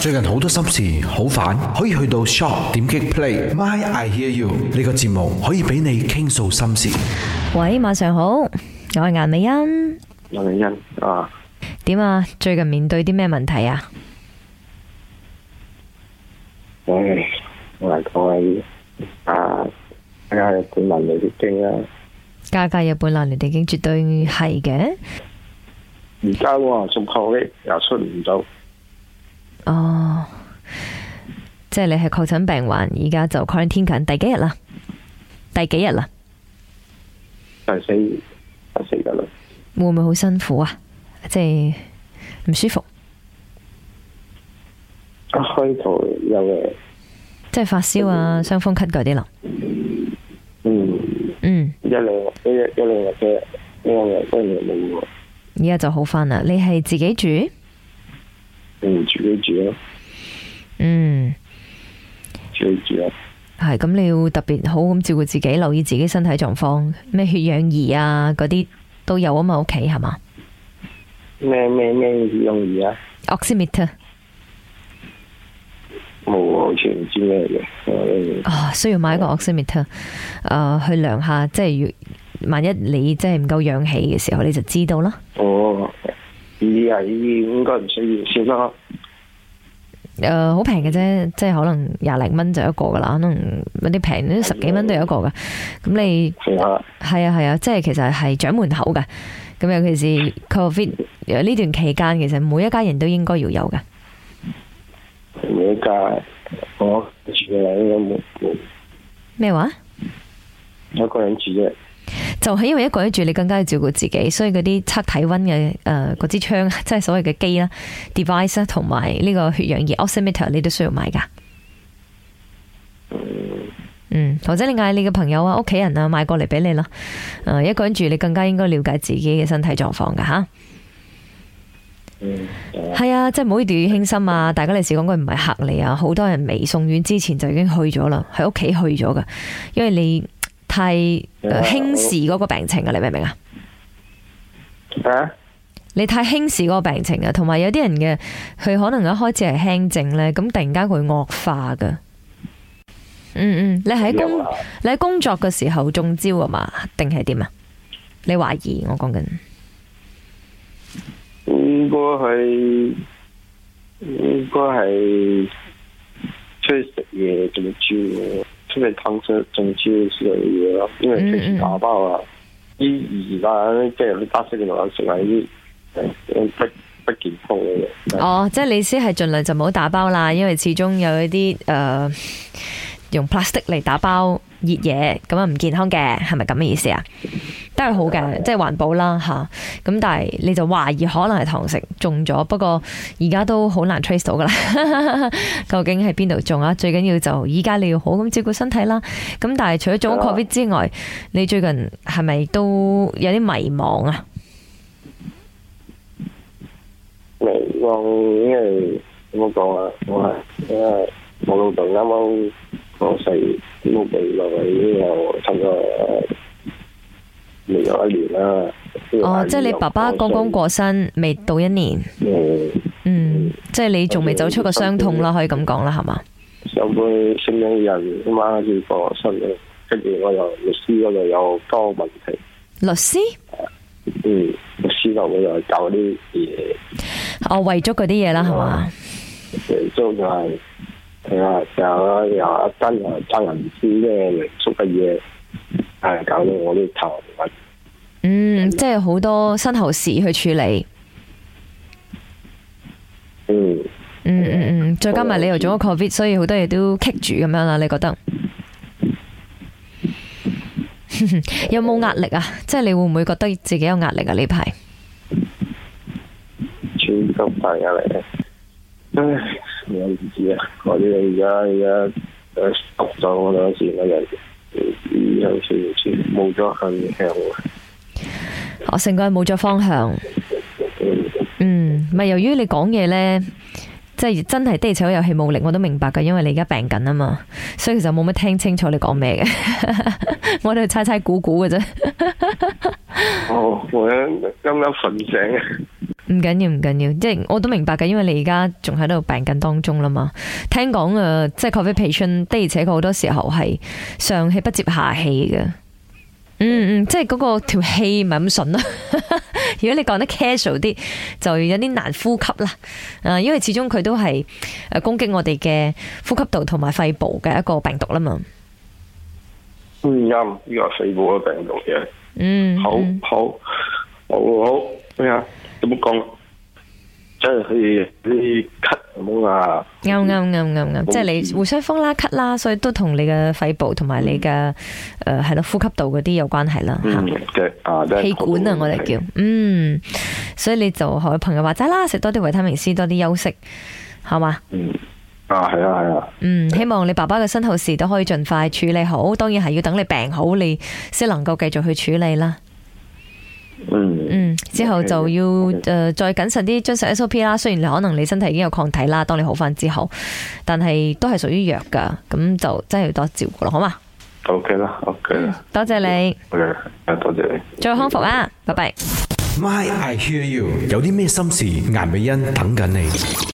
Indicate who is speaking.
Speaker 1: 最近好多心事好煩，可以去到 shop 點擊 play My I Hear You 呢個節目，可以俾你傾訴心事。
Speaker 2: 喂，晚上好，我系颜美欣。
Speaker 3: 有原因啊，
Speaker 2: 点啊？最近面对啲咩问题啊？
Speaker 3: 唉，我嚟講係啊，大家日啊本文嚟啲經啦，
Speaker 2: 家家有本難念的經，絕對係嘅。
Speaker 3: 而家喎仲學咧又出唔到，
Speaker 2: 哦，即係你係確診病患，而家就 quarantine 緊，第幾日啦？第幾日啊啦？
Speaker 3: 第四第四日啦，
Speaker 2: 會唔會好辛苦啊？即係唔舒服，
Speaker 3: 一啊開頭有嘅，
Speaker 2: 即係發燒啊、傷風咳嗰啲啦。
Speaker 3: 嗯，
Speaker 2: 嗯，
Speaker 3: 一兩日一一兩日嘅，一兩日一兩日冇喎，
Speaker 2: 而家就好翻啦。你係自己住？
Speaker 3: 嗯，自己住咯，
Speaker 2: 嗯，
Speaker 3: 自己住咯，
Speaker 2: 係咁，你要特別好咁照顧自己，留意自己身體狀況，咩血氧儀啊嗰啲都有啊嘛，屋企係嘛
Speaker 3: 咩咩咩用語啊，
Speaker 2: ？oximeter
Speaker 3: 冇喎好似唔知咩嘅，我呢
Speaker 2: 啊，需要買一個
Speaker 3: 哦
Speaker 2: oximeter，誒、呃去量下，即係如萬一你真係唔夠氧氣嘅時候，你就知道啦。
Speaker 3: 哦，呢啲係呢啲應該唔需要先啦，
Speaker 2: 誒、好平嘅啫，即係可能廿零蚊就一個噶啦，可能有啲平啲十幾蚊都有一個噶。咁你
Speaker 3: 係啊，
Speaker 2: 係啊係啊，即係其實係掌門口嘅。咁尤其是 Covid 呃呢段期間，其實每一家人都應該要有嘅。
Speaker 3: 每一家我住嘅人應該冇冇。
Speaker 2: 咩話？
Speaker 3: 一個人住啫，
Speaker 2: 就係因為一個人住，你更加要照顧自己，所以嗰啲測體温嘅誒嗰支槍， 即係所謂嘅機啦、device 啦，同埋呢個血氧儀 oximeter，你都需要買㗎。嗯，或者你嗌你嘅朋友啊、屋企人啊買過嚟俾你啦。誒、一個人住，你更加應該了解自己嘅身體狀況㗎吓。
Speaker 3: 嗯，
Speaker 2: 係啊，即係唔好掉以輕心啊！大家嚟時講句唔係嚇你啊，好多人未送院之前就已經去咗啦，喺屋企去咗㗎，因為你太誒
Speaker 3: 嗯
Speaker 2: 輕視嗰個病情啊，你明唔明啊？
Speaker 3: 啊，
Speaker 2: 你太輕視嗰個病情啊，同埋有啲人嘅佢可能一開始係輕症呢，咁突然間佢惡化噶。嗯嗯，你喺
Speaker 3: 有
Speaker 2: 工
Speaker 3: 啊
Speaker 2: 你喺工作嘅時候中招啊嘛？定係點啊？你懷疑我講緊
Speaker 3: 應該係應該係出去食嘢中招嘅，出去探出中招之類嘅嘢咯，因為平時打包啊，依而家即係你打死嘅老食係啲誒不不健康嘅嘢，
Speaker 2: 哦，即係你先係盡量就唔好打包啦，因為始終有一啲诶、呃用 plastic 嚟打包熱嘢，咁啊唔健康嘅，係咪咁嘅意思啊？都係好嘅，即係環保啦吓。咁、但係你就懷疑可能係堂食中咗，不過而家都好難 trace 到噶啦， 究竟喺邊度中啊？最緊要就而家你要好咁照顧身體啦。咁但係啊除咗中咗 covid 之外，你最近係咪都有啲迷茫啊？
Speaker 3: 嚟講因為點樣講啊，我係因為我老豆啱啱過世冇幾耐，已經有差唔多未有一年啦。
Speaker 2: 哦，即係你爸爸剛剛過身，未到一年。
Speaker 3: 誒，
Speaker 2: 嗯，即系你仲未走出個傷痛啦，可以咁講啦，係嘛？
Speaker 3: 上半升咗人，咁啱先過身嘅，跟住我又律師嗰度有多問題，
Speaker 2: 律師，
Speaker 3: 嗯，律師樓我又搞啲嘢，
Speaker 2: 我哦為咗嗰啲嘢啦，係嘛？
Speaker 3: 誒，租就係係啊，又又一單又爭人唔知咩民宿嘅嘢，係搞到我啲頭暈。
Speaker 2: 嗯，即係好多身後事去處理。
Speaker 3: 嗯，
Speaker 2: 嗯嗯嗯，再加埋你又做咗 covid，所以好多嘢都棘住咁樣啦，你覺得？ 有冇壓力啊？即係你會唔會覺得自己有壓力啊？呢排
Speaker 3: 超級大壓力。啊唉，我唔知啊，我呢個而家而家誒焗咗我兩次嘅人，以後算唔算冇咗向向啊？
Speaker 2: 我成個人冇咗方向。
Speaker 3: 嗯，
Speaker 2: 嗯，咪由於你講嘢呢，即係真係的而且確有氣無力，我都明白噶，因為你而家病緊啊嘛，所以其實冇乜聽清楚你講咩嘅， 我哋猜猜估估嘅啫。
Speaker 3: 哦，我啱啱瞓醒，
Speaker 2: 唔緊要，唔緊要，即係我都明白嘅，因為你而家仲喺度病緊當中啦嘛。聽講啊，即係 covid patient 的而且確好多時候係上氣不接下氣嘅。嗯嗯，即係嗰個條氣唔係咁順啦。 如果你講得 casual 啲，就有啲難呼吸啦。啊，因為始終佢都係誒攻擊我哋嘅呼吸道同埋肺部嘅一個病毒啦嘛。
Speaker 3: 嗯啱，呢個係肺部嘅病毒嘅，
Speaker 2: 嗯，
Speaker 3: 好
Speaker 2: 嗯
Speaker 3: 好好好咩啊？點講？即係佢啲咳咁啊，
Speaker 2: 啱啱啱啱啱，即係你互相風啦、咳啦，所以都同你嘅肺部同埋你嘅誒係咯呼吸道嗰啲有關係啦
Speaker 3: 嗯
Speaker 2: 嚇。
Speaker 3: 即係啊，都係
Speaker 2: 氣管啊，我哋叫嗯，所以你就學朋友話齋啦，食多啲維他命 C，多啲休息，好嘛？
Speaker 3: 嗯啊係啊係啊，
Speaker 2: 嗯，希望你爸爸嘅身後事都可以盡快處理好，當然係要等你病好，你先能夠繼續去處理啦。
Speaker 3: 嗯
Speaker 2: 嗯，之後就要誒
Speaker 3: OK，OK
Speaker 2: 再謹慎啲遵守 SOP 啦。雖然可能你身體已經有抗體啦，當你好翻之後，但係都係屬於藥噶，咁就真係要多照顧啦，好嘛？
Speaker 3: ，OK 啦 OK 啦
Speaker 2: 多謝你，
Speaker 3: ，OK 啦啊多謝你。
Speaker 2: 早日康復啊，拜拜。
Speaker 1: My I hear you，有啲咩心事，顏美欣等緊你。